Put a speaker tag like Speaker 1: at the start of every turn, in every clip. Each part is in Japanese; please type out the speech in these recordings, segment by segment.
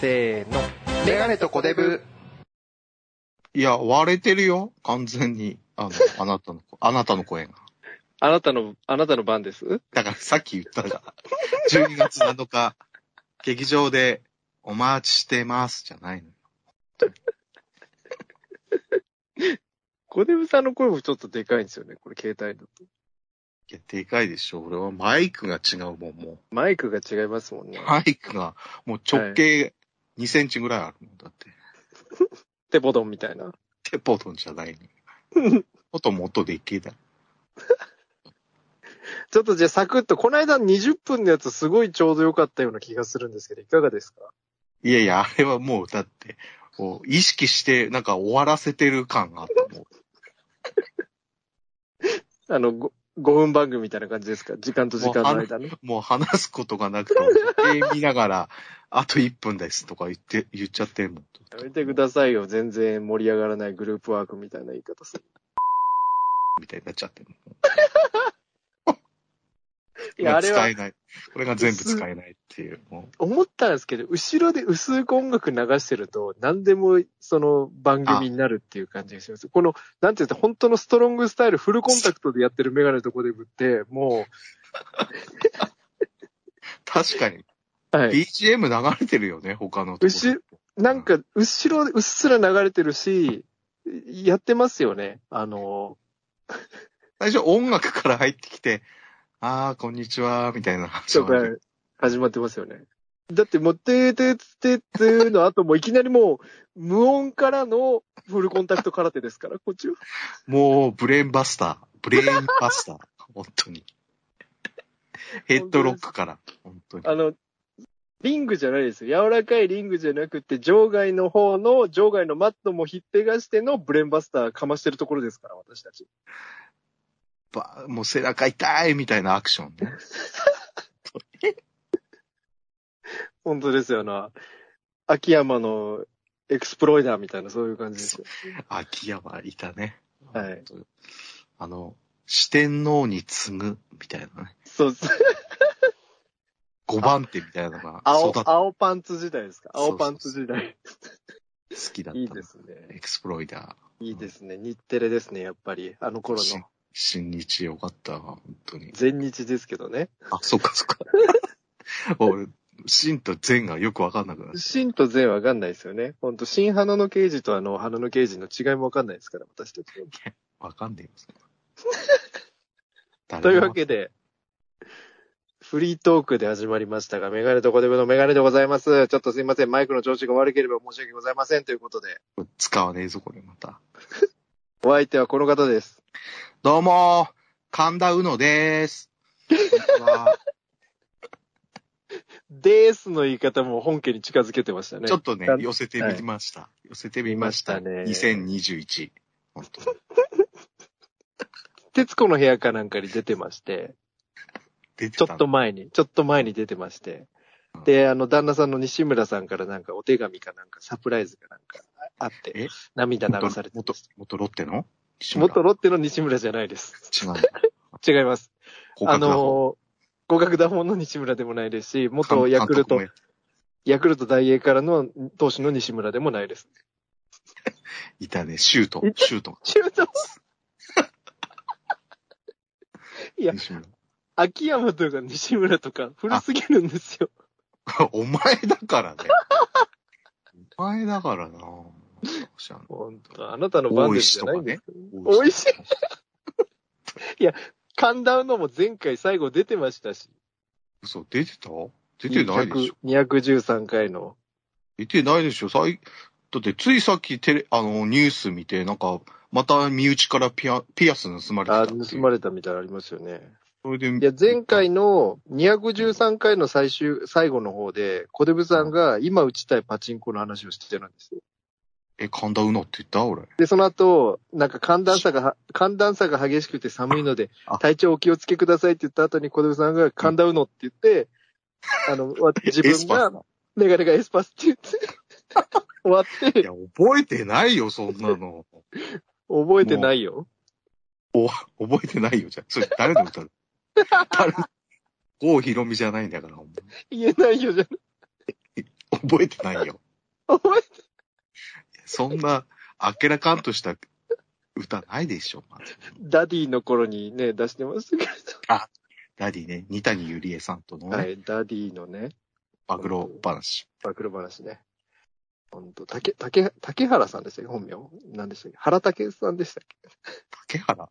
Speaker 1: せーの。メガネとコデブ。
Speaker 2: いや、割れてるよ。完全に。あの、あなたの、 あなたの声が。
Speaker 1: あなたの、あなたの番です
Speaker 2: だからさっき言った じゃん。12月7日、劇場でお待ちしてますじゃないの。
Speaker 1: コデブさんの声もちょっとでかいんですよね。これ携帯だと。
Speaker 2: いや、でかいでしょ。俺はマイクが違うもん、も
Speaker 1: マイクが違いますもん
Speaker 2: う。
Speaker 1: ね。
Speaker 2: マイクが、もう直径2センチぐらいあるもん。だって、
Speaker 1: テボドンみたいな。
Speaker 2: テポトンじゃないの。もっともっとでっけえだろ。
Speaker 1: ちょっとじゃあサクッと、この間20分のやつすごいちょうど良かったような気がするんですけど、いかがですか
Speaker 2: いやいや、あれはもう、だって、こう意識して、なんか終わらせてる感があったもん。
Speaker 1: あの、5, 分番組みたいな感じですか時間と時間の間ね。
Speaker 2: もう話すことがなくて、絵見ながら、あと1分ですとか言って、言っちゃってんもん。
Speaker 1: やめてくださいよ。全然盛り上がらないグループワークみたいな言い方する。
Speaker 2: みたいになっちゃってるもん。
Speaker 1: いや、あれ
Speaker 2: 使
Speaker 1: は
Speaker 2: えない。これが全部使えないっていう。も
Speaker 1: 思ったんですけど、後ろで薄く音楽流してると、何でもその番組になるっていう感じがします。この、なんていうか、本当のストロングスタイル、フルコンタクトでやってるメガネとこでぶって、も
Speaker 2: う確かに、
Speaker 1: う、はい。
Speaker 2: BGM 流れてるよね、他のとこ
Speaker 1: 後なんか、後ろでうっすら流れてるし、やってますよね。あの、
Speaker 2: 最初音楽から入ってきて、あー、こんにちは、みたいな話
Speaker 1: と
Speaker 2: を
Speaker 1: か、始まってますよね。だってもう、てーてーてーてーの後もいきなりもう、無音からのフルコンタクト空手ですから、こっちは。
Speaker 2: もう、ブレーンバスター。ブレーンバスター。本 当に。ヘッドロックから。本当に。
Speaker 1: あの、リングじゃないですよ。柔らかいリングじゃなくて、場外の方の、場外のマットもひっぺがしてのブレンバスターかましてるところですから、私たち。
Speaker 2: ばもう背中痛いみたいなアクションね。
Speaker 1: 本当ですよな。秋山のエクスプロイダーみたいな、そういう感じですよ。
Speaker 2: 秋山いたね。
Speaker 1: はい
Speaker 2: 本当に。あの、四天王に次ぐ、みたいなね。
Speaker 1: そうです。
Speaker 2: 五番手みたいなのが
Speaker 1: 青
Speaker 2: 育、っ
Speaker 1: 青パンツ時代ですか
Speaker 2: そうそう
Speaker 1: 青パンツ時代。
Speaker 2: 好きだった。
Speaker 1: いいですね。
Speaker 2: エクスプロイダ
Speaker 1: いいですね。日テレですね、やっぱり。あの
Speaker 2: ー。
Speaker 1: 頃
Speaker 2: 新
Speaker 1: の。
Speaker 2: 新日よかったわ、本当に。
Speaker 1: 全日ですけどね。
Speaker 2: あ、そっ かそっか。俺、新と善がよくわかんなくなる。
Speaker 1: 真と善わかんないですよね。ほんと、新花の刑事とあの、花の刑事の違いもわかんないですから、私たち。
Speaker 2: わかんねえよそんな
Speaker 1: とい
Speaker 2: 誰
Speaker 1: う
Speaker 2: も
Speaker 1: わけで、フリートークで始まりましたが、メガネとコデブのメガネでございます。ちょっとすいません。マイクの調子が悪ければ申し訳ございません。ということで、
Speaker 2: 使わねえぞ、これまた。
Speaker 1: お相手はこの方です。
Speaker 2: どうもー、神田うのでーす。こんにちは
Speaker 1: でーすの言い方も本家に近づけてましたね。
Speaker 2: ちょっとね
Speaker 1: か、ん
Speaker 2: 寄せてみました。寄せてみました。
Speaker 1: 見ましたね
Speaker 2: 2021。本当に
Speaker 1: 徹子の部屋かなんかに出てまして、
Speaker 2: 出て
Speaker 1: ちょ
Speaker 2: た
Speaker 1: っと前に、ちょっと前に出てまして、で、あの、旦那さんの西村さんからなんかお手紙かなんかサプライズかなんかあって
Speaker 2: え、
Speaker 1: 涙流されてま
Speaker 2: 元
Speaker 1: し、
Speaker 2: 元ロッテの西
Speaker 1: た。
Speaker 2: 村
Speaker 1: 元ロッテの西村じゃないです。
Speaker 2: 違う の。
Speaker 1: 違います。あ
Speaker 2: 広角打法
Speaker 1: のー、互角打法の西村でもないですし、元
Speaker 2: 監
Speaker 1: ヤクルト
Speaker 2: 監督も、や
Speaker 1: ヤクルト大英からの投手の西村でもないです。
Speaker 2: いたね、シュート
Speaker 1: い。
Speaker 2: シュート。
Speaker 1: 中途いや
Speaker 2: 西村
Speaker 1: 秋山とか西村とか古すぎるんですよ。
Speaker 2: お前だからね。 お前だから な私あの
Speaker 1: 本当あなたの番組じゃないんですけど。
Speaker 2: 大石
Speaker 1: 大神田うのも前回最後出てましたし。
Speaker 2: 嘘、出てた出てないでしょ。
Speaker 1: 200 213回の。
Speaker 2: 出てないでしょ。さいだって、ついさっきテレ、あの、ニュース見て、なんか、また身内からピアピアス盗まれてた
Speaker 1: あ、
Speaker 2: っていう
Speaker 1: 盗まれたみたいなのありますよね。
Speaker 2: それで、
Speaker 1: いや、前回の213回の最終、最後の方で、小出部さんが今打ちたいパチンコの話をしてたんですよ。
Speaker 2: え、神田うのって言った俺。
Speaker 1: で、その後、なんか寒暖差がは、寒暖差が激しくて寒いので
Speaker 2: あ、
Speaker 1: 体調お気をつけくださいって言った後に小出さんが寒暖うのって言って、あの、わ自
Speaker 2: エス
Speaker 1: 分
Speaker 2: パー
Speaker 1: がメガネがエスパスって言って、終わって
Speaker 2: い、や、覚えてないよ、そんなの。
Speaker 1: 覚えてないよ。
Speaker 2: 覚えてないよ、じゃあ。それ、誰の 歌だ誰の郷ひろみじゃないんだから、お前
Speaker 1: 言えないよじゃん。
Speaker 2: お前覚えてないよ。
Speaker 1: 覚えて
Speaker 2: そんな、あっけらかんとした歌ないでしょ、まず。
Speaker 1: ダディの頃にね、出してましたけ
Speaker 2: ダディね、二谷ゆりえさんとの、
Speaker 1: ど。
Speaker 2: ね
Speaker 1: はい、ダディのね、
Speaker 2: 暴露話。
Speaker 1: 暴露話ね。ほんと、竹、竹、竹原さんでしたっけ本名何でしたっけ原武さんでしたっけ
Speaker 2: 竹原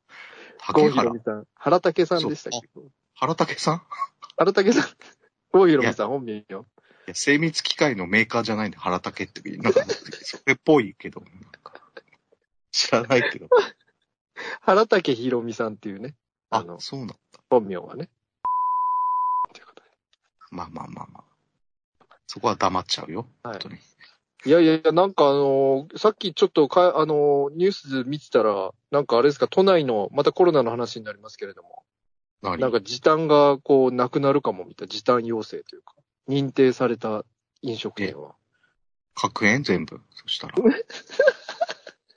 Speaker 2: 竹
Speaker 1: 郷ひ
Speaker 2: 原
Speaker 1: ろみさん。原武さんでしたっけ
Speaker 2: 原武さんい
Speaker 1: 原武さん。郷ひろみさん本名よ。
Speaker 2: や、精密機械のメーカーじゃないんで原武って、なんか、それっぽいけど、なんか知らないけど。
Speaker 1: 原武ひろみさんっていうね、あ
Speaker 2: あ
Speaker 1: の、
Speaker 2: そうなんだ。
Speaker 1: 本名はね。ということで
Speaker 2: まあまあまあまあ。そこは黙っちゃうよ。
Speaker 1: はい
Speaker 2: 本当に。
Speaker 1: いやいやいや、なんかあのーさっきちょっとか、あのーニュース見てたら、なんかあれですか、都内の、またコロナの話になりますけれども、
Speaker 2: 何
Speaker 1: なんか時短がこう、なくなるかもみたいな、時短要請というか、認定された飲食店は。
Speaker 2: 確変全部。そしたら。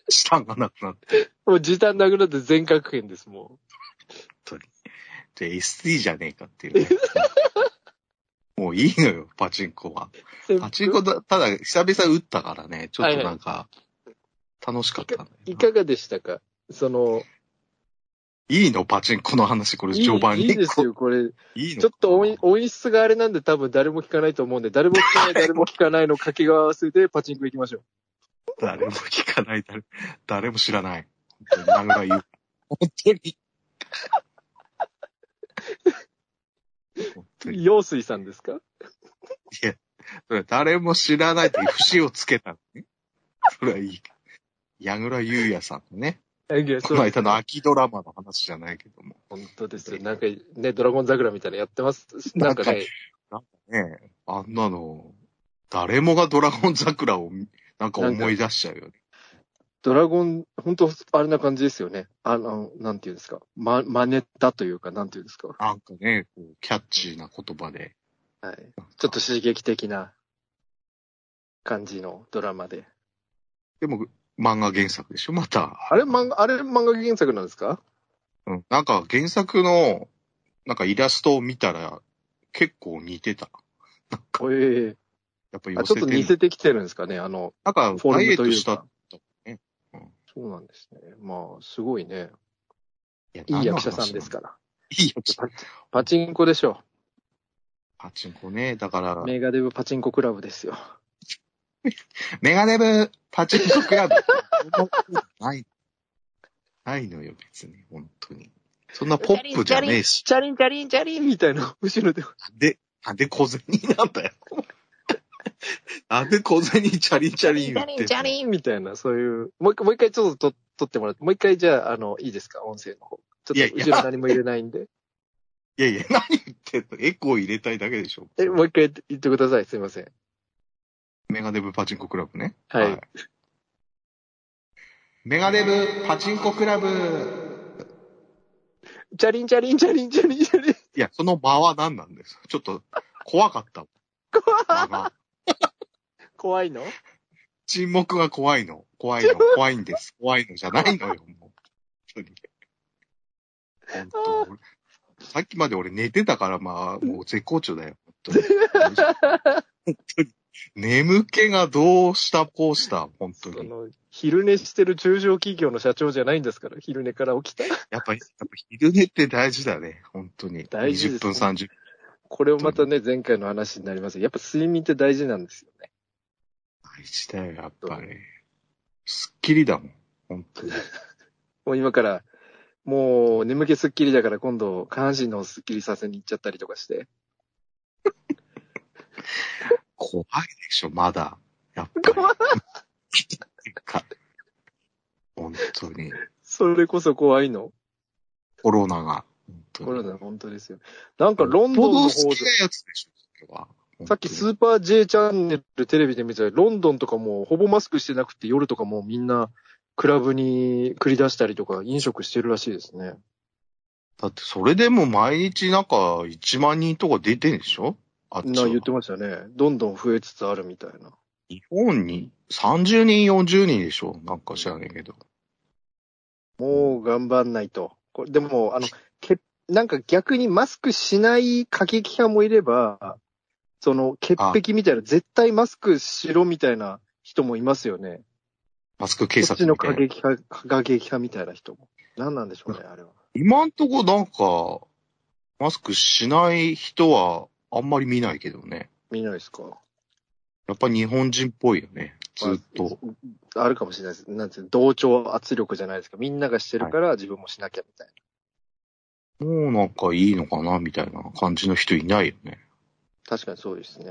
Speaker 2: 舌がなくなって。
Speaker 1: もう時短なくなって全確変です、も
Speaker 2: で、SD じゃねえかっていう、ね。もういいのよ、パチンコは。
Speaker 1: う。
Speaker 2: パチンコだ、ただ、久々打ったからね、ちょっとなんか、楽しかったんだよ
Speaker 1: い
Speaker 2: な
Speaker 1: かがでしたかその、
Speaker 2: いいの、パチンコの話、これ、
Speaker 1: いい
Speaker 2: 序盤に。
Speaker 1: いいです
Speaker 2: こ
Speaker 1: よ、これ。
Speaker 2: いいの
Speaker 1: ちょっと
Speaker 2: 多
Speaker 1: 音音質があれなんで多分誰も聞かないと思うんで、誰も聞 かない、誰も聞かないの掛け合わせでパチンコ行きましょう。
Speaker 2: 誰も聞かない、誰誰も知らない。本当に、名倉優。本当に。本当に。
Speaker 1: 陽水さんですか
Speaker 2: いや、それは誰も知らないという節をつけたのね。それはいい。矢倉優也さんのね、
Speaker 1: いや
Speaker 2: こ
Speaker 1: そう
Speaker 2: の間の秋ドラマの話じゃないけども。
Speaker 1: 本当ですよ。なんかね、ドラゴン桜みたいなのやってます。
Speaker 2: な
Speaker 1: なんん
Speaker 2: か
Speaker 1: かね、
Speaker 2: ねえ、あんなの、誰もがドラゴン桜を見なんか思い出しちゃうよね。
Speaker 1: ドラゴン、本当あれな感じですよね。あの、なんていうんですか。ま、真似だというか、なんていうんですか。
Speaker 2: なんかね、こうキャッチーな言葉で。
Speaker 1: はい。ちょっと刺激的な感じのドラマで。
Speaker 2: でも、漫画原作でしょまた。
Speaker 1: あれ漫画、あれ漫画原作なんですか
Speaker 2: うん。なんか原作の、なんかイラストを見たら、結構似てた。
Speaker 1: おい
Speaker 2: やっぱ
Speaker 1: あ
Speaker 2: 寄
Speaker 1: ち
Speaker 2: せ
Speaker 1: ょっと
Speaker 2: て
Speaker 1: 似
Speaker 2: る。
Speaker 1: せてきてるんですかね。あの、
Speaker 2: なんか、
Speaker 1: フォ
Speaker 2: ダ
Speaker 1: ル
Speaker 2: イ
Speaker 1: ム
Speaker 2: エッ
Speaker 1: と
Speaker 2: ト
Speaker 1: いう
Speaker 2: した
Speaker 1: か。
Speaker 2: ねうん
Speaker 1: そうなんですね。まあ、すごいね。
Speaker 2: いや
Speaker 1: いい役者
Speaker 2: 何の
Speaker 1: さ
Speaker 2: 話
Speaker 1: んですから。
Speaker 2: いい役者。
Speaker 1: パチパチンコでしょ
Speaker 2: パチンコね。だから
Speaker 1: う。、メガデブパチンコクラブですよ。
Speaker 2: メガネブパチンコクラブ。 ない。ないのよ、別に。本当に。そんなポップじゃねえし。
Speaker 1: チャリンチャリンチャリンみたいな、 後ろで。
Speaker 2: なんで、なんで小銭なんだよ。 なんで小銭チャリンチャリン言ってんの
Speaker 1: チャリンみたいな、そういう。もう一回、もう一回ちょっとと撮ってもらって、もう一回じゃあ、あの、いいですか、音声の方。ちょ
Speaker 2: いや
Speaker 1: っ
Speaker 2: い
Speaker 1: と
Speaker 2: や
Speaker 1: 後ろ何も入れないんで。
Speaker 2: いやいや、何言ってんのエコー入れたいだけでしょ。
Speaker 1: え、もう一回言ってください。すいません。
Speaker 2: メガネブパチンコクラブね。
Speaker 1: はい。
Speaker 2: メガネブパチンコクラブ。
Speaker 1: チャリンチャリンチャリンチャリンチャリン。
Speaker 2: いや、その間は何なんですちょっと、怖かった。間が
Speaker 1: 怖いの
Speaker 2: 沈黙が怖いの。怖いの。怖いんです。怖いのじゃないのよ、もう。本当に。本当俺さっきまで俺寝てたから、まあ、もう絶好調だよ。本当に。本当に。眠気がどうした、こうした、本当
Speaker 1: そ
Speaker 2: に。
Speaker 1: の、昼寝してる中小企業の社長じゃないんですから、昼寝から起きた。
Speaker 2: やっぱ、やっぱ昼寝って大事だね。本当に。
Speaker 1: 大事です
Speaker 2: 20分、30分。
Speaker 1: これをまたね、前回の話になりますやっぱ睡眠って大事なんですよね。
Speaker 2: 大事だよ、やっぱり。すっきりだもん。本当に。
Speaker 1: もう今から、もう眠気すっきりだから今度、下半身のすっきりさせに行っちゃったりとかして。
Speaker 2: 怖いでしょ、まだ。やっぱり。か本当に。
Speaker 1: それこそ怖いの。
Speaker 2: コロナが。
Speaker 1: コロ
Speaker 2: ナ。
Speaker 1: ナ、本当ですよ。なんかロンドンの
Speaker 2: 報
Speaker 1: 方
Speaker 2: 道好
Speaker 1: で
Speaker 2: き、なやつでしょ、それは。
Speaker 1: さっきス
Speaker 2: 本
Speaker 1: ーパー J チャンネルテレビで見てたら、ロンドンとかもうほぼマスクしてなくて、夜とかもうみんなクラブに繰り出したりとか、飲食してるらしいですね。
Speaker 2: 当にだって、それでも毎日なんか1万人とか出てんでしょあっち
Speaker 1: な、
Speaker 2: は
Speaker 1: 言ってましたね。どんどん増えつつあるみたいな。
Speaker 2: 日本に30人、40人でしょなんか知らねえけど。
Speaker 1: もう頑張んないと。これでも、あの、けなんか逆にマスクしない過激派もいれば、その、潔癖みたいな、絶対マスクしろみたいな人もいますよね。
Speaker 2: マスク
Speaker 1: こ
Speaker 2: 警
Speaker 1: っち
Speaker 2: 察
Speaker 1: の
Speaker 2: みた
Speaker 1: 過
Speaker 2: いな。
Speaker 1: 激派、過激派みたいな人も。何なんでしょうね、あれは。
Speaker 2: 今んとこなんか、マスクしない人はあんまり見ないけどね。
Speaker 1: 見ないですか
Speaker 2: やっぱ日本人っぽいよね。ずっと。
Speaker 1: まああるかもしれないです。なんていうの同調圧力じゃないですか。みんながしてるから自分もしなきゃみたいな。
Speaker 2: もうなんかいいのかなみたいな感じの人いないよね。
Speaker 1: 確かにそうですね。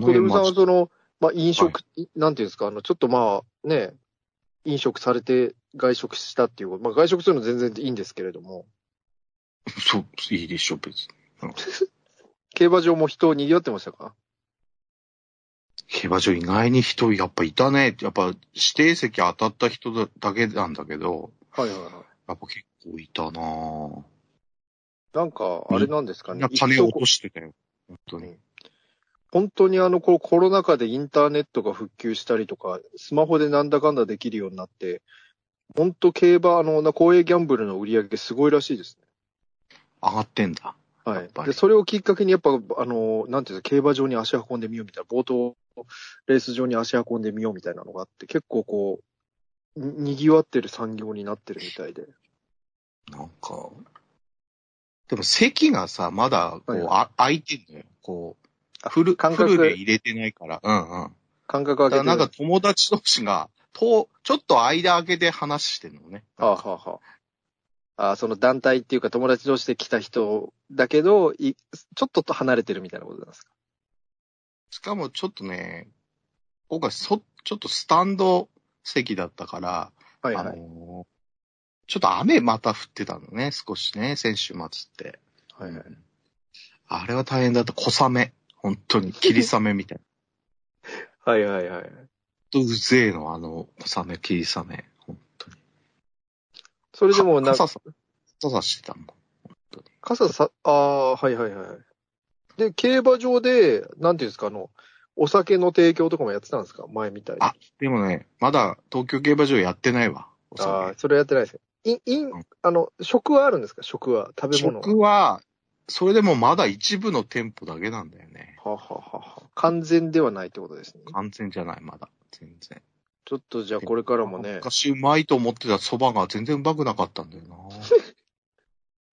Speaker 1: で、
Speaker 2: の
Speaker 1: 小出
Speaker 2: 辺
Speaker 1: さんは
Speaker 2: ま
Speaker 1: その、まあ、飲食、なんていうんですか、あの、ちょっとまあ、ね、飲食されて外食したっていうこと、まあ、外食するの全然いいんですけれども、
Speaker 2: そう、いいでしょ、別に。
Speaker 1: 競馬場も人賑わってましたか
Speaker 2: 競馬場意外に人やっぱいたね。やっぱ指定席当たった人だだけなんだけど、
Speaker 1: はいはいはい。
Speaker 2: やっぱ結構いたなぁ。
Speaker 1: なんか、あれなんですか
Speaker 2: みん
Speaker 1: ね
Speaker 2: な。金を
Speaker 1: 一
Speaker 2: 落
Speaker 1: 層
Speaker 2: としてたよ。本当に。
Speaker 1: 本当にあの、こうコロナ禍でインターネットが復旧したりとか、スマホでなんだかんだできるようになって、本当競馬、あの、な公営ギャンブルの売り上げすごいらしいですね。
Speaker 2: 上がってんだ。
Speaker 1: は
Speaker 2: やっ
Speaker 1: い
Speaker 2: ぱ。り
Speaker 1: で、それをきっかけに、やっぱ、あの、なんていうんですか、競馬場に足運んでみようみたいな、冒頭、レース場に足運んでみようみたいなのがあって、結構こう、に賑わってる産業になってるみたいで。
Speaker 2: なんか。でも席がさ、まだ、こ、
Speaker 1: はいうは
Speaker 2: あ空いてんのよ。こう、フル、
Speaker 1: 間
Speaker 2: フ
Speaker 1: 隔
Speaker 2: ルで入れてないから。うんうん。
Speaker 1: 感覚を
Speaker 2: だか
Speaker 1: 開
Speaker 2: ら
Speaker 1: けて
Speaker 2: なんか友達同士が、と、ちょっと間空けて話してんのね。
Speaker 1: ああ、はあ、はあ。ああ、その団体っていうか友達同士で来た人だけど、いちょっとと離れてるみたいなことなんですか
Speaker 2: しかもちょっとね、今回そ、ちょっとスタンド席だったから、
Speaker 1: はい
Speaker 2: あ
Speaker 1: は
Speaker 2: の
Speaker 1: い。
Speaker 2: ーちょっと雨また降ってたのね、少しね、先週末って。
Speaker 1: はいはい、
Speaker 2: あれは大変だった。小雨。本当に、霧雨みたい な。
Speaker 1: はいはいはい。
Speaker 2: ほんとうぜえの、あの、小雨、霧雨。本当に。
Speaker 1: それでもなんか、
Speaker 2: 傘さ、傘さしてたもん。
Speaker 1: 傘さ、ああ、はいはいはい。で、競馬場で、なんていうんですか、あの、お酒の提供とかもやってたんですか前みたいに。
Speaker 2: あでもね、まだ東京競馬場やってないわ。お酒
Speaker 1: あー、それやってないですよ。い、いん
Speaker 2: うん、
Speaker 1: あの、食はあるんですか食は。食べ物は。
Speaker 2: 食は、それでもまだ一部の店舗だけなんだよね。
Speaker 1: はははは。完全ではないってことですね。
Speaker 2: 完全じゃない、まだ。全然。
Speaker 1: ちょっとじゃあこれからもね。
Speaker 2: 昔うまいと思ってた蕎麦が全然うまくなかったんだよな。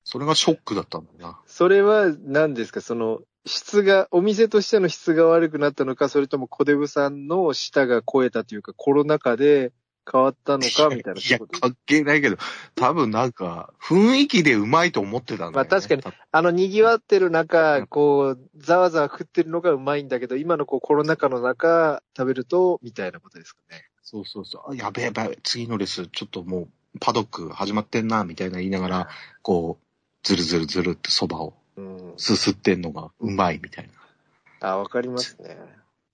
Speaker 2: それがショックだったんだよな。
Speaker 1: それは何ですかその、質が、お店としての質が悪くなったのか、それとも小デブさんの舌が超えたというか、コロナ禍で変わったのか、みたいな。
Speaker 2: い
Speaker 1: そうい
Speaker 2: や、
Speaker 1: うこと
Speaker 2: 関係ないけど、多分なんか、雰囲気でうまいと思ってたんだよね。
Speaker 1: まあ確かに
Speaker 2: 多分。
Speaker 1: あの、賑わってる中、
Speaker 2: ん
Speaker 1: こう、ざわざわ食ってるのがうまいんだけど、今のこう、コロナ禍の中、食べると、みたいなことですかね。
Speaker 2: そうそうそう。あやべえやべえ、次のレース、ちょっともう、パドック始まってんな、みたいな言いながら、こう、ずるずるずるって蕎麦を
Speaker 1: うん。
Speaker 2: すすってんのがうまいみたいな。
Speaker 1: あ、わかりますね。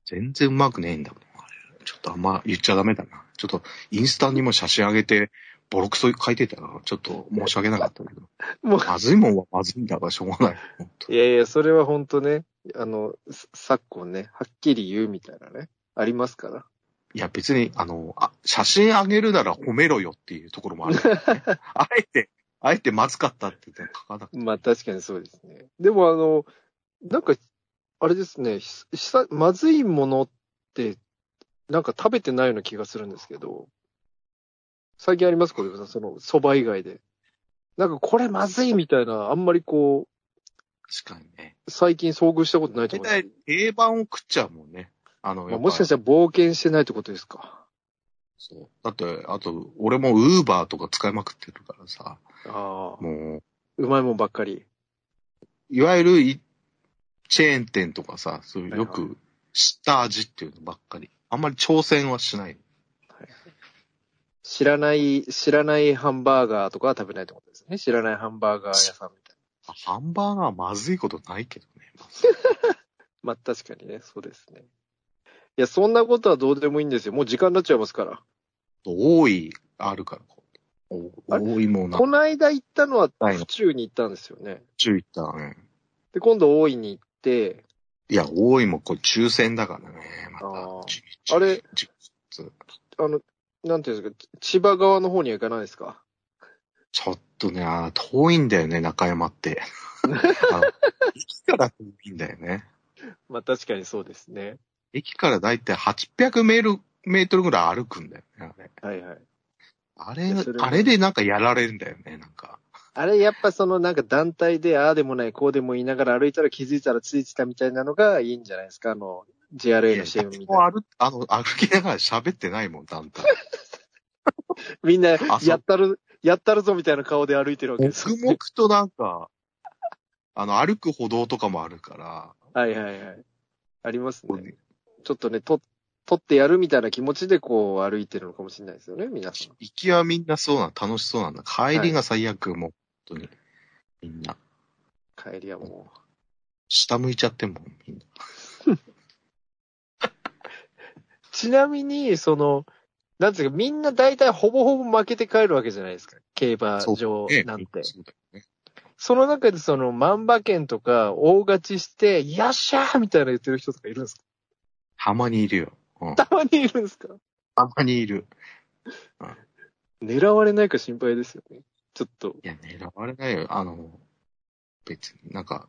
Speaker 2: 全然うまくねえんだもん、あれ。ちょっとあんま言っちゃダメだな。ちょっと、インスタにも写真上げて、ボロクソ書いてたから、ちょっと申し訳なかったけど。
Speaker 1: もう、
Speaker 2: まずいもんはまずいんだからしょうがない。本当
Speaker 1: いやいや、それは本当ね、あの、さ昨今ね、はっきり言うみたいなね、ありますから。
Speaker 2: いや、別に、あの、あ、写真あげるなら褒めろよっていうとこ ろもあるからね、あえて、あえてまずかったって言って書かなくて。
Speaker 1: まあ確かにそうですね。でもあの、なんか、あれですね、ひひさまずいものって、なんか食べてないような気がするんですけど、最近ありますこれ、その、蕎麦以外で。なんかこれまずいみたいな、あんまりこ
Speaker 2: 確かにね。
Speaker 1: う、最近遭遇したことないと
Speaker 2: 大
Speaker 1: 思います
Speaker 2: 体、定番を食っちゃうもんね。あの、
Speaker 1: まあ、もしかした
Speaker 2: ら。
Speaker 1: ら冒険してないってことですか。
Speaker 2: そう。だって、あと、俺もウーバーとか使いまくってるからさ、
Speaker 1: ああ、
Speaker 2: もう、
Speaker 1: うまいもんばっかり。
Speaker 2: いわゆるい、チェーン店とかさ、そういう
Speaker 1: はいはい
Speaker 2: よく知った味っていうのばっかり。あんまり挑戦はしない。
Speaker 1: 知らない、知らないハンバーガーとかは食べないってことですね。知らないハンバーガー屋さんみたい
Speaker 2: あハンバーガーまずいことないけどね。
Speaker 1: な。まあ確かにね、そうですね。いや、そんなことはどうでもいいんですよ。もう時間になっちゃいますから。
Speaker 2: 多い、あるから、こう
Speaker 1: あ
Speaker 2: お多いもんな
Speaker 1: こ。の間行ったのは
Speaker 2: はい
Speaker 1: 府中に行ったんですよね。
Speaker 2: 中行ったね。
Speaker 1: で、今度大井に行って、
Speaker 2: いや、多いもこれ抽選だからね。また
Speaker 1: あー。
Speaker 2: ち
Speaker 1: あれ、
Speaker 2: ち
Speaker 1: あの、なんていうんですか、ち千葉側の方には行かないですか
Speaker 2: ちょっとね、あー遠いんだよね、中 山って。あの駅から遠いんだよね。
Speaker 1: まあ確かにそうですね。
Speaker 2: 駅からだいたい800メールメートルぐらい歩くんだよね、あ
Speaker 1: は
Speaker 2: れ。
Speaker 1: いはい。
Speaker 2: あ
Speaker 1: い
Speaker 2: れ
Speaker 1: やそれ、は
Speaker 2: あれでなんかやられるんだよね、なんか。
Speaker 1: あれ、やっぱそのなんか団体で、ああでもない、こうでも言いながら歩いたら気づいたらついてたみたいなのがいいんじゃないですかあの、JRA の CM みたいな。
Speaker 2: もう歩、あの、歩きながら喋ってないもん、だんだん。
Speaker 1: みんな、や
Speaker 2: あそう
Speaker 1: ったる、やったるぞみたいな顔で歩いてるわけです。
Speaker 2: 黙々となんか、あの、歩く歩道とかもあるから、
Speaker 1: はいはいはい。あります
Speaker 2: こう
Speaker 1: ね
Speaker 2: ね。
Speaker 1: ちょっとね、と、取ってやるみたいな気持ちでこう歩いてるのかもしれないですよね、皆さん。
Speaker 2: 行きはみんなそうなん、楽しそうなんだ。帰りが最悪、もう、本当に。みんな、
Speaker 1: 帰りはも
Speaker 2: 下向いちゃってんもん、みんな。
Speaker 1: う。ちなみに、その、なんていうか、みんな大体ほぼほぼ負けて帰るわけじゃないですか。競馬場
Speaker 2: ね
Speaker 1: なんて。
Speaker 2: そうだよね。
Speaker 1: その中でその万馬券とか大勝ちして、よっしゃーみたいな言ってる人とかいるんですか
Speaker 2: たまにいるよ。うん、た
Speaker 1: たまにいるんですか
Speaker 2: まにいる。
Speaker 1: 狙われないか心配ですよね。ちょっと。
Speaker 2: いや、狙われないよ。あの、別に、なんか、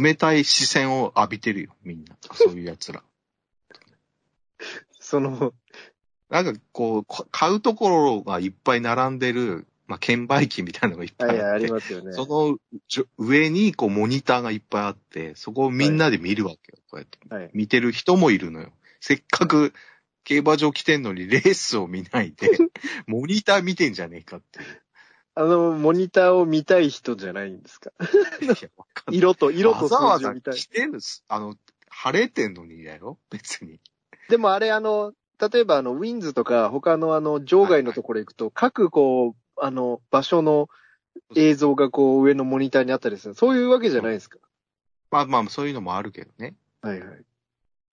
Speaker 2: 冷たい視線を浴びてるよ、みんな。そういう奴ら。
Speaker 1: その、
Speaker 2: なんか、こう、こ買うところがいっぱい並んでる、まあ、券売機みたいなのがいっぱいあ
Speaker 1: は
Speaker 2: っ
Speaker 1: いはい、
Speaker 2: て、
Speaker 1: あります よね。
Speaker 2: そのじょ上に、こう、モニターがいっぱいあって、そこをみんなで見るわけよ、こうやって。
Speaker 1: はい。
Speaker 2: 見てる人もいるのよ。せっかく、競馬場来てんのにレースを見ない で、モニター見てんじゃねえかっていう。
Speaker 1: あの、モニターを見たい人じゃないんですか。
Speaker 2: いやわかんない
Speaker 1: 色と、色と
Speaker 2: わざわ
Speaker 1: 数字
Speaker 2: ざ
Speaker 1: を見たい
Speaker 2: 来。てるす。あの、晴れてんのにだよ、別に。
Speaker 1: でもあれ、あの、例えばあの、ウィンズとか他のあの、場外のところ行くと、各こう、あの、場所の映像がこう、上のモニターにあったりする。そういうわけじゃないですか。
Speaker 2: まあまあ、そういうのもあるけどね。
Speaker 1: はいはい。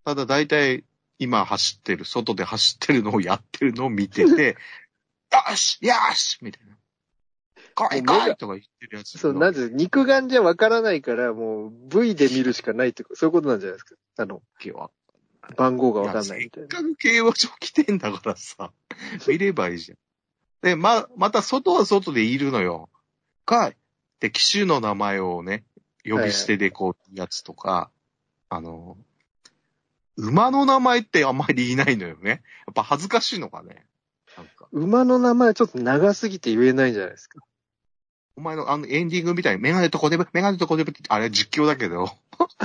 Speaker 2: ただ大体、今走ってる、外で走ってるのをやってるのを見て て、よしよしみたいな。来い
Speaker 1: もう目が
Speaker 2: 来いとか言ってるやつ。
Speaker 1: そう、なぜ、肉眼じゃわからないから、もう、V で見るしかないってこと、そういうことなんじゃないですか。あの、
Speaker 2: っけは。
Speaker 1: 番号がわ
Speaker 2: い
Speaker 1: か
Speaker 2: や
Speaker 1: んない
Speaker 2: せ
Speaker 1: み
Speaker 2: った
Speaker 1: いな。
Speaker 2: かく競馬場来てんだからさ、見ればいいじゃん。で、ま、また外は外でいるのよ。かい。で、機種の名前をね、呼び捨てでこう、やつとか、あの、馬の名前ってあんまり言いないのよね。やっぱ恥ずかしいのかね。なんか、
Speaker 1: 馬の名前ちょっと長すぎて言えないんじゃないですか。
Speaker 2: お前のあのエンディングみたいにメガネとコデブ、メガネとコデブって、あれ実況だけど、
Speaker 1: は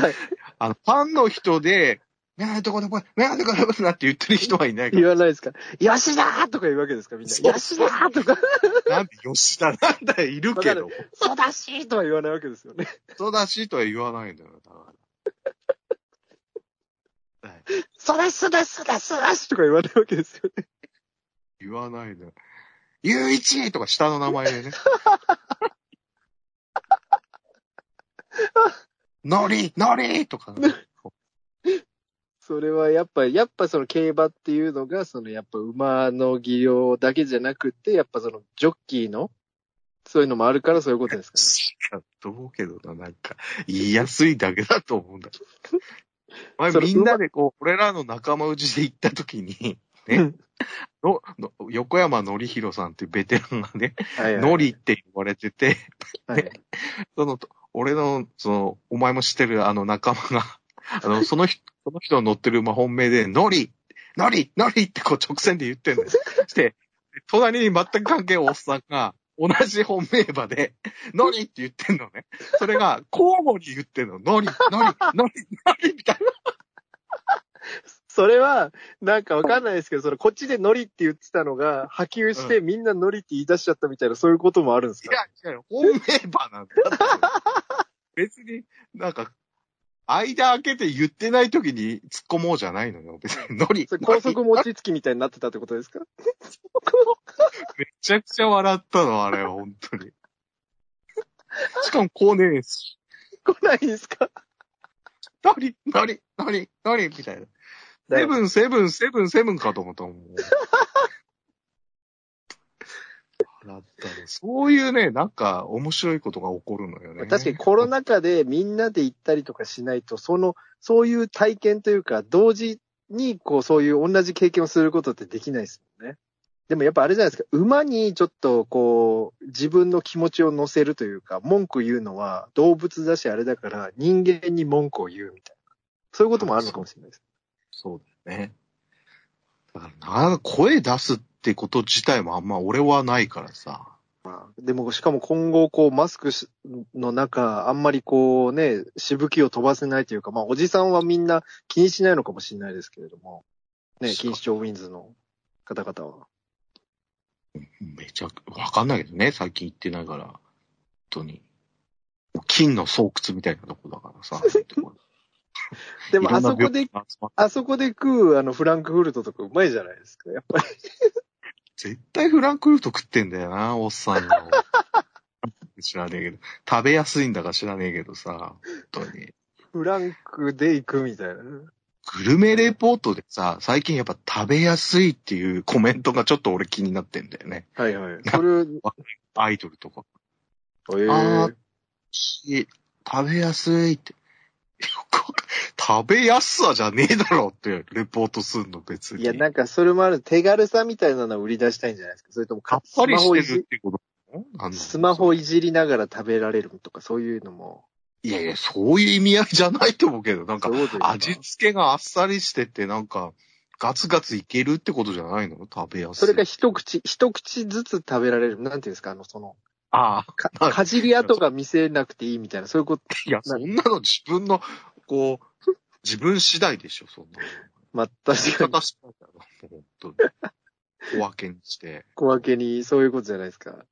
Speaker 1: い
Speaker 2: あの、ファンの人で、メガネとコデブ、メガネとコデブなんて言ってる人はいないから
Speaker 1: 言わないですか。吉田ーとか言うわけですか、みん
Speaker 2: そ
Speaker 1: な。
Speaker 2: う
Speaker 1: 吉田ーとか、
Speaker 2: なんで吉田なんだよ、いるけど。
Speaker 1: そうだしーとは言わないわけですよね。
Speaker 2: そうだしとは言わないんだよ。だか
Speaker 1: それすだすだすだしとか言わないわけですよね。
Speaker 2: ら言わないのよ。ゆういちとか下の名前でね。のりのりとか、ね、
Speaker 1: それはやっぱ、やっぱその競馬っていうのが、そのやっぱ馬の技量だけじゃなくて、やっぱそのジョッキーの、そういうのもあるからそういうことですかね。
Speaker 2: と思うけどな、なんか、言いやすいだけだと思うんだけど。前
Speaker 1: それ
Speaker 2: みんなでこう、俺らの仲間内で行った時に、ね、 のの横山のりひろさんっていうベテランがね、
Speaker 1: はいはい
Speaker 2: のりって言われてて、
Speaker 1: はい。
Speaker 2: その、俺の、その、お前も知ってるあの仲間が、 あの、その人、 その人の乗ってる馬本命で、ノリノリノリってこう直線で言ってんのよ。して、隣に全く関係ないおっさんが、同じ本命馬で、ノリって言ってんのね。それが、交互に言ってんの。ノリノリノリノリみたいな。
Speaker 1: それは、なんかわかんないですけど、そのこっちでノリって言ってたのが、波及して、みんなノリって言い出しちゃったみたいな、そういうこともあるんですか
Speaker 2: いや、いや、本命馬なんだって。別に、なんか、間開けて言ってない時に突っ込もうじゃないのよ。別に、ノリ。
Speaker 1: それ高速餅つきみたいになってたってことですか
Speaker 2: めちゃくちゃ笑ったの、あれ、本当に。しかも、こうねえし。
Speaker 1: 来ないですか
Speaker 2: なになになになにみたいな。セブン、セブン、セブン、セブンかと思ったもん。笑ったね。そういうね、なんか、面白いことが起こるのよね。
Speaker 1: 確かにコロ
Speaker 2: ナ。
Speaker 1: ナ禍でみんなで行ったりとかしないと、その、そういう体験というか、同時に、こう、そういう同じ経験をすることってできないですもんね。でもやっぱあれじゃないですか、馬にちょっとこう、自分の気持ちを乗せるというか、文句言うのは動物だしあれだから人間に文句を言うみたいな。そういうこともあるのかもしれないです。
Speaker 2: そうだよね。だからな、声出すってこと自体もあんま俺はないからさ。
Speaker 1: まあ、でもしかも今後こう、マスクしの中、あんまりこうね、しぶきを飛ばせないというか、まあおじさんはみんな気にしないのかもしれないですけれども、ね、錦
Speaker 2: そう
Speaker 1: 糸町ウィンズの方々は。
Speaker 2: めちゃく、わかんないけどね、最近行ってないから。本当に。金の巣窟みたいなとこだか らさ。
Speaker 1: でもあそこで
Speaker 2: いろんな病気が集まって
Speaker 1: あそこで食う、あの、フランクフルトとかうまいじゃないですか。やっぱり。
Speaker 2: 絶対フランクフルト食ってんだよな、おっさんが。 知らねえけど。食べやすいんだか知らねえけどさ、本当に。
Speaker 1: フランクで行くみたいな。
Speaker 2: グルメレポートでさ、最近やっぱ食べやすいっていうコメントがちょっと俺気になってんだよね。
Speaker 1: はいはい。それ、
Speaker 2: アイドルとか。
Speaker 1: え
Speaker 2: あーし食べやすいって。 よくわか食べやすさじゃねえだろってレポートすんの別に。
Speaker 1: いや、
Speaker 2: な
Speaker 1: なんかそれもある手軽さみたいなのを売り出したいんじゃないですか。それとも
Speaker 2: さっ
Speaker 1: か、
Speaker 2: ぱり
Speaker 1: スマホい
Speaker 2: してる
Speaker 1: じ
Speaker 2: ってことなの
Speaker 1: スマホいじりながら食べられるとか、そういうのも。
Speaker 2: いやいや、そういう意味合いじゃないと思うけど、なんか
Speaker 1: そういうことです
Speaker 2: 味
Speaker 1: か
Speaker 2: 付けがあっさりしてて、なんかガツガツいけるってことじゃないの食べやすい。
Speaker 1: それが一口、一口ずつ食べられる。なんていうんですか、あの、その、
Speaker 2: ああ、
Speaker 1: か
Speaker 2: はい
Speaker 1: かじり跡が見せなくていいみたいな、そういうこと。
Speaker 2: いや、そんなの自分の、こう、自分次第でしょ、そんなの。
Speaker 1: まあ、 確かに
Speaker 2: 私なんだろう、本当に。小分けにして。
Speaker 1: 小分けに、そういうことじゃないですか。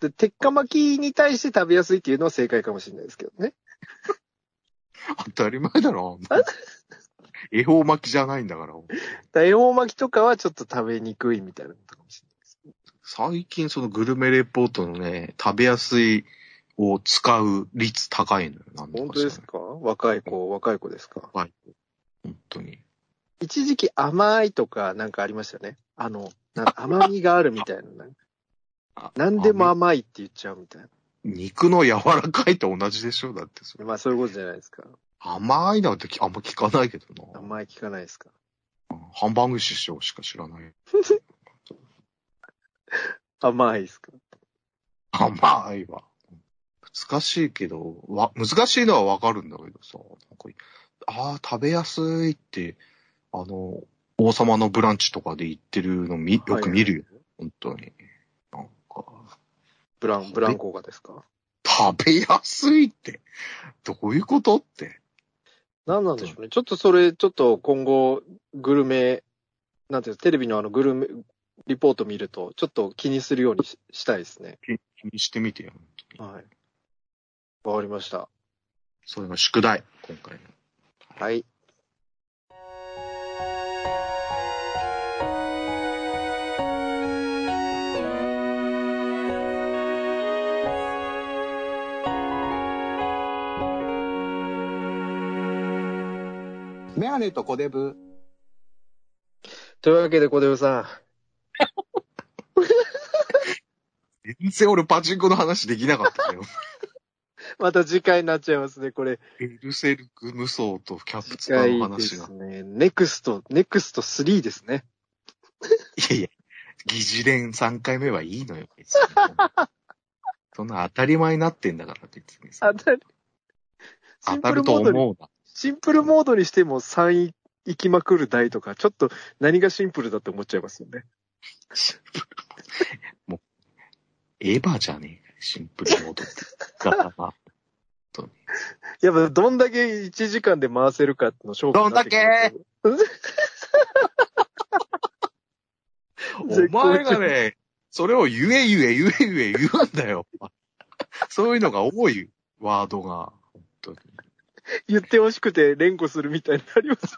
Speaker 1: で、鉄火巻きに対して食べやすいっていうのは正解かもしれないですけどね。
Speaker 2: 当たり前だろ、あんなの恵方巻きじゃないんだから。
Speaker 1: だ恵方巻きとかはちょっと食べにくいみたいなことかもしれないです。
Speaker 2: 最近そのグルメレポートのね、食べやすいを使う率高いのよ、なんだ
Speaker 1: 本
Speaker 2: か
Speaker 1: 当で
Speaker 2: 知らない
Speaker 1: すか若い子、若い子ですか
Speaker 2: 本当に。
Speaker 1: 一時期甘いとかなんかありましたよね。あの、な甘みがあるみたいな。
Speaker 2: あ
Speaker 1: 何でも甘いって言っちゃうみたい
Speaker 2: 肉の柔らかいと同じでしょだってそれ
Speaker 1: な。まあそういうことじゃないですか。
Speaker 2: 甘いなんてあんま聞かないけどな。
Speaker 1: 甘い聞かないですか。
Speaker 2: ハンバーグ師匠しか知らない。
Speaker 1: 甘いですか。
Speaker 2: 甘いわ。難しいけど、わ、難しいのはわかるんだけどさ、なんかああ、食べやすいって、あの、王様のブランチとかで言ってるのみ、よく見るよ。本当に。なんか、
Speaker 1: ブラン、ブランコがですか
Speaker 2: 食べやすいって、どういうことって。
Speaker 1: 何なんでしょうね。ちょっとそれ、ちょっと今後、グルメ、なんていうのテレビのあのグルメ、リポート見ると、ちょっと気にするようにししたいですね。
Speaker 2: 気にしてみてよ。
Speaker 1: はい。わかりました。
Speaker 2: それが宿題、今回の。
Speaker 1: はい。
Speaker 3: メガネとコデブ。
Speaker 1: というわけで、小出さん。
Speaker 2: 全然俺パチンコの話できなかったよ。
Speaker 1: また次回になっちゃいますね、これ。
Speaker 2: エルセルク無双とキャプ
Speaker 1: 次
Speaker 2: ツバ
Speaker 1: 回
Speaker 2: の
Speaker 1: で
Speaker 2: 話が
Speaker 1: す。ね。ネクスト、ネクスト3ですね。
Speaker 2: いやいや、疑似連3回目はいいのよ、別に。そんな当たり前になってんだから、別にさ
Speaker 1: 当。たり、シ
Speaker 2: 当
Speaker 1: ン
Speaker 2: た
Speaker 1: プル
Speaker 2: ると
Speaker 1: モードに、
Speaker 2: 思うな。
Speaker 1: シンプルモードにしても3行きまくる台とか、ちょっと何がシンプルだって思っちゃいますよね。
Speaker 2: エヴァじゃねえかよシンプル モードって言い方が。
Speaker 1: やっぱ、どんだけ1時間で回せるかの勝負になってきますよ絶
Speaker 2: お
Speaker 1: 好調
Speaker 2: 前がね、それをゆえゆえゆえゆえ言うんだよ。そういうのが多い、ワードが。本当に
Speaker 1: 言ってほしくて連呼するみたいになります。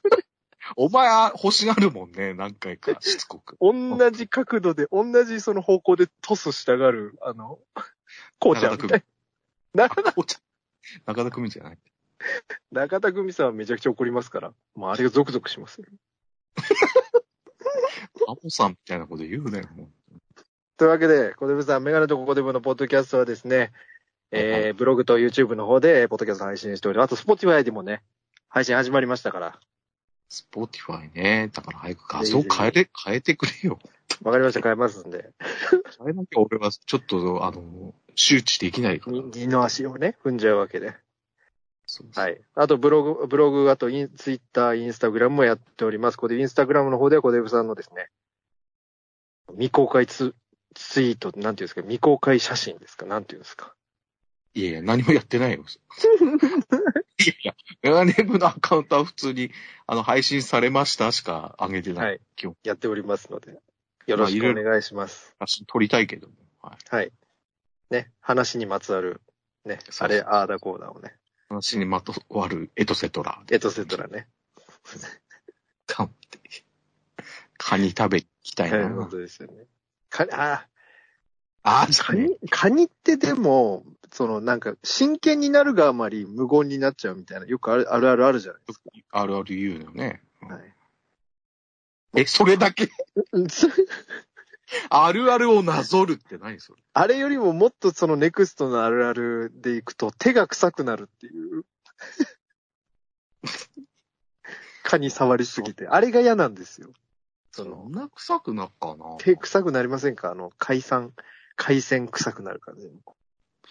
Speaker 2: お前は欲しがるもんね、何 回か、しつこく。
Speaker 1: 同じ角度で、同じその方向でトスしたがる、あの、こうちゃんみたいな。
Speaker 2: あこうちゃん中田組じゃない。
Speaker 1: 中田久美さんはめちゃくちゃ怒りますから。もうあれがゾクゾクしますよ。
Speaker 2: アポさんみたいなこと言うなよ、もう。
Speaker 1: というわけで、コデブさん、メガネとコデブのポッドキャストはですね、
Speaker 2: はいは
Speaker 1: えー、ブログと YouTube の方で、ポッドキャスト配信しており、あと Spotify でもね、配信始まりましたから。
Speaker 2: スポティファイね。だから早く画像変えて、変えてくれよ。
Speaker 1: わかりました、変えますんで。
Speaker 2: あれだけ俺はちょっと、あの、周知できないから
Speaker 1: に。二の足をね、踏んじゃうわけで。
Speaker 2: そうそう
Speaker 1: はい。あと、ブログ、ブログ、あとイン、ツイッター、インスタグラムもやっております。これで、インスタグラムの方では、コデブさんのですね、未公開ツツイート、なんていうんですか、未公開写真ですか、なんていうんですか。
Speaker 2: いやいや、何もやって ないよ。いやいや、メガネ部のアカウントは普通に、あの、配信されましたしか上げてない。
Speaker 1: はい
Speaker 2: 基本。
Speaker 1: やっておりますので、よろしくお願いします。
Speaker 2: 写真撮りたいけども。はい。
Speaker 1: はい。ね、話にまつわる、ね、
Speaker 2: そ
Speaker 1: あ
Speaker 2: うそう
Speaker 1: れ、あーだこーだをね、
Speaker 2: 話にまとわるエトセトラで、
Speaker 1: エトセトラね。
Speaker 2: カンって。カニ食べに行きたいな。
Speaker 1: はい、本当ですよね。かあ
Speaker 2: あ
Speaker 1: ー、
Speaker 2: ー、
Speaker 1: カ
Speaker 2: カニ
Speaker 1: ニ、カニってでも、そのなんか、真剣になるがあまり無言になっちゃうみたいな、よくあるあるあるあるじゃないですか。
Speaker 2: あるある言うのよね。
Speaker 1: はい
Speaker 2: え、それだけ
Speaker 1: うんそ
Speaker 2: あるあるをなぞるって何それ
Speaker 1: あれよりももっとそのネクストのあるあるでいくと手が臭くなるって いう。蚊に触りすぎて。あれが嫌なんですよ。その
Speaker 2: そんな臭くなっかな
Speaker 1: 手臭くなりませんかあの、海産、海鮮臭くなる感じ。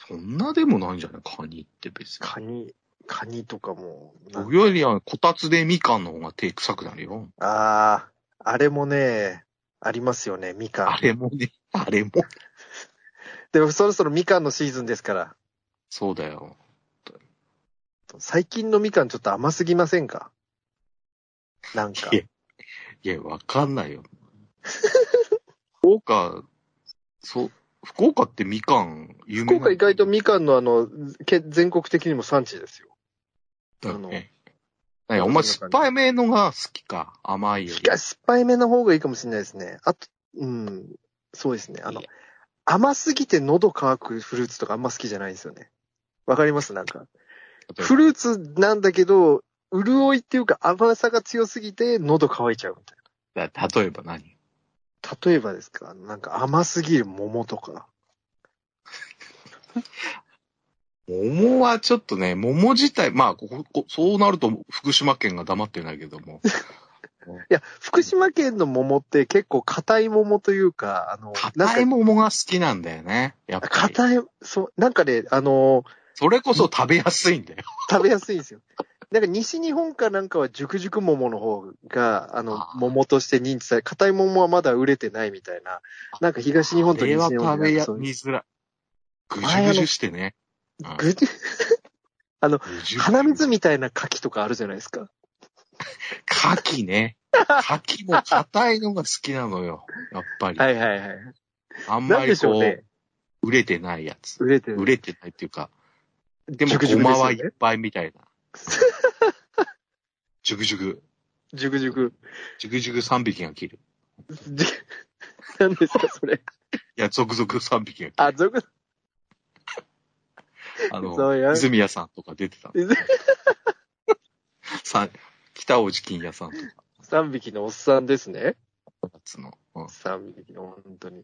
Speaker 2: そんなでもないんじゃないカニって別に。
Speaker 1: カニ、カニとかも。なん
Speaker 2: 僕よりはこたつでみかんの方が手臭くなるよ。
Speaker 1: ああ、あれもね、ありますよね、みかん。
Speaker 2: あれもね、あれも。
Speaker 1: でもそろそろみかんのシーズンですから、
Speaker 2: そうだよ。
Speaker 1: 最近のみかんちょっと甘すぎませんかなんか
Speaker 2: い。やいや、わかんないよ。福岡、そう、福岡ってみかん有
Speaker 1: 福
Speaker 2: 名なの
Speaker 1: 岡意外とみかんのあの、け全国的にも産地ですよ。
Speaker 2: だよね。なんやお前酸っぱいめのが好きか。甘いよ
Speaker 1: い
Speaker 2: り。
Speaker 1: や、酸っぱいめの方がいいかもしれないですね。あと、うん、そうですね。あの
Speaker 2: いや、
Speaker 1: 甘すぎて喉乾くフルーツとかあんま好きじゃないんですよね。わかりますなんか。フルーツなんだけど、潤いっていうか甘さが強すぎて喉乾いちゃうみたい
Speaker 2: だ例えば何
Speaker 1: な。例えばですかなんか甘すぎる桃とか。
Speaker 2: 桃はちょっとね、桃自体、まあ、ここ、こそうなると福島県が黙ってないけども。
Speaker 1: いや、福島県の桃って結構硬い桃というか、あの、
Speaker 2: 硬い
Speaker 1: なんか
Speaker 2: 桃が好きなんだよね。やっぱり。
Speaker 1: 硬い、そう、なんかね、あの、
Speaker 2: それこそ食べやすいんだよ。
Speaker 1: 食べやすいんですよ。なんか西日本かなんかは熟熟桃の方が、あの
Speaker 2: あ、ー
Speaker 1: 桃として認知され、硬い桃はまだ売れてないみたいな。なんか東 日本と
Speaker 2: あ
Speaker 1: 西
Speaker 2: れ
Speaker 1: 日
Speaker 2: は
Speaker 1: 本で
Speaker 2: 食べ
Speaker 1: なん
Speaker 2: や
Speaker 1: かそういう
Speaker 2: 見づらい。ぐじゅぐじゅしてね。うん
Speaker 1: ぐじゅ
Speaker 2: ぐじゅぐじゅ
Speaker 1: 鼻水みたいな柿とかあるじゃないですか。
Speaker 2: 牡蠣ね。牡蠣も硬いのが好きなのよ。やっぱり。
Speaker 1: はいはいはい。
Speaker 2: あん
Speaker 1: な
Speaker 2: ま
Speaker 1: んで
Speaker 2: り
Speaker 1: しょ
Speaker 2: こ
Speaker 1: う
Speaker 2: う、
Speaker 1: ね。
Speaker 2: 売れてないやつ。
Speaker 1: 売れてる
Speaker 2: 売れてないっていうか、でも
Speaker 1: 熟
Speaker 2: ご
Speaker 1: 熟
Speaker 2: ま
Speaker 1: です
Speaker 2: は
Speaker 1: よ
Speaker 2: い
Speaker 1: ね
Speaker 2: っ。ぱいみたいな。ジュグジュグ。
Speaker 1: 熟熟。
Speaker 2: ジュグジュグ3匹が切る。
Speaker 1: じ何ですかそれ。
Speaker 2: いや、続々3匹が切
Speaker 1: あ、俗
Speaker 2: る。あ
Speaker 1: そうや
Speaker 2: の、泉谷さんとか出てたの。さ北大路金屋さんとか
Speaker 1: 三匹のおっさんですね。
Speaker 2: やつの。うん
Speaker 1: 三匹の、本当に。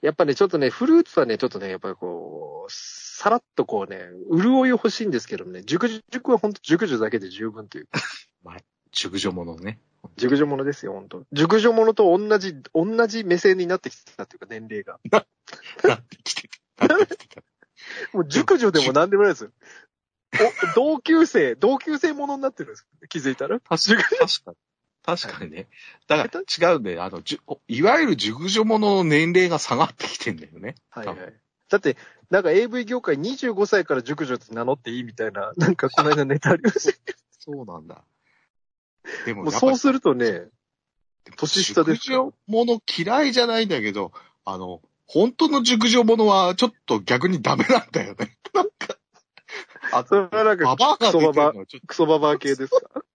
Speaker 1: やっぱね、ちょっとね、フルーツはね、ちょっとね、やっぱりこう、さらっとこうね、潤いを欲しいんですけどもね、熟熟は本当熟女だけで十分というか、
Speaker 2: 熟女ものね。
Speaker 1: 熟女ものですよ、本当熟女ものと同じ、同じ目線になってきてたというか、年齢が。
Speaker 2: なってきてた。なってきてた。
Speaker 1: もう熟女でも何でもないですよ。お同級生、同級生ものになってるんです。気づいたら。
Speaker 2: 確かに。確かに。確かにね。だから違うんだよ。あの、じゅいわゆる熟女ものの年齢が下がってきてんだよね。
Speaker 1: はいはい。だって、なんか AV 業界25歳から熟女って名乗っていいみたいな、なんかこの間ネタありましたけ
Speaker 2: そうなんだ。で
Speaker 1: ど
Speaker 2: も
Speaker 1: もう
Speaker 2: やっぱ
Speaker 1: そうするとね、年下ですから
Speaker 2: 熟女もの嫌いじゃないんだけど、あの、本当の熟女ものはちょっと逆にダメなんだよね。なんか。あ
Speaker 1: それはなんか
Speaker 2: ババアが出てるのはちょっ
Speaker 1: クソババア系ですか
Speaker 2: と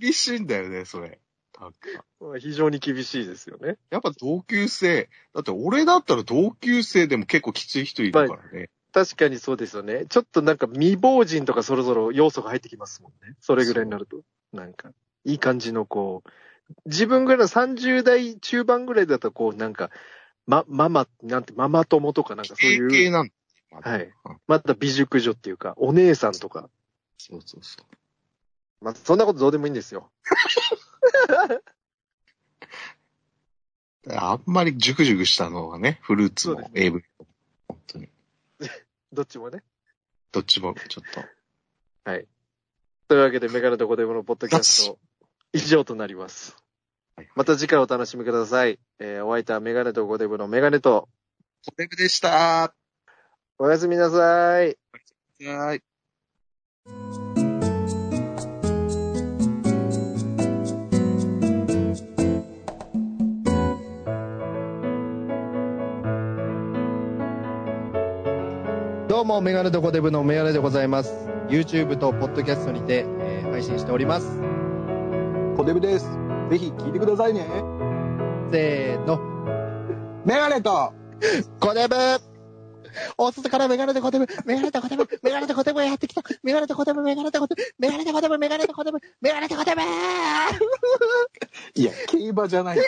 Speaker 2: 厳しいんだよね、それ。なんか
Speaker 1: 非常に厳しいですよね。
Speaker 2: やっぱ同級生、だって俺だったら同級生でも結構きつい人いるからね。
Speaker 1: 確かにそうですよね。ちょっとなんか未亡人とかそろそろ要素が入ってきますもんね。それぐらいになると。なんか、いい感じのこう、自分ぐらいの30代中盤ぐらいだとこうなんか、ま、ママ、なんて、ママ友とかなんかそう
Speaker 2: 経験
Speaker 1: いう、
Speaker 2: なんだよまだ
Speaker 1: はい
Speaker 2: うん。
Speaker 1: また美熟女っていうか、お姉さんとか。
Speaker 2: そうそうそう。
Speaker 1: まあ、そんなことどうでもいいんですよ。
Speaker 2: あんまりジュクジュクしたのはね、フルーツ
Speaker 1: そうで
Speaker 2: も
Speaker 1: すね
Speaker 2: AV も、本当に。
Speaker 1: どっちもね。
Speaker 2: どっちもちょっと。
Speaker 1: というわけで、メガネとコデブのポッドキャスト、以上となります
Speaker 2: はい。
Speaker 1: また次回お楽しみください。えー、お相手はメガネとコデブのメガネと、
Speaker 2: コデブでした
Speaker 1: おやすみなさい。
Speaker 2: はい。
Speaker 4: どうも、メガネとコデブのメガネでございます。YouTube と Podcast にて、えー配信しております。
Speaker 3: コデブです。ぜひ聞いてくださいね。
Speaker 4: せーの、
Speaker 3: メガネと、
Speaker 4: コデブお外からメガネとコデブ、メガネとコデブ、メガネとコデブがやってきた。メガネとコデブ、メガネとコデブ、メガネとコデブ、メガネとコデブ、メガネとコデブ
Speaker 3: いや、競馬じゃない。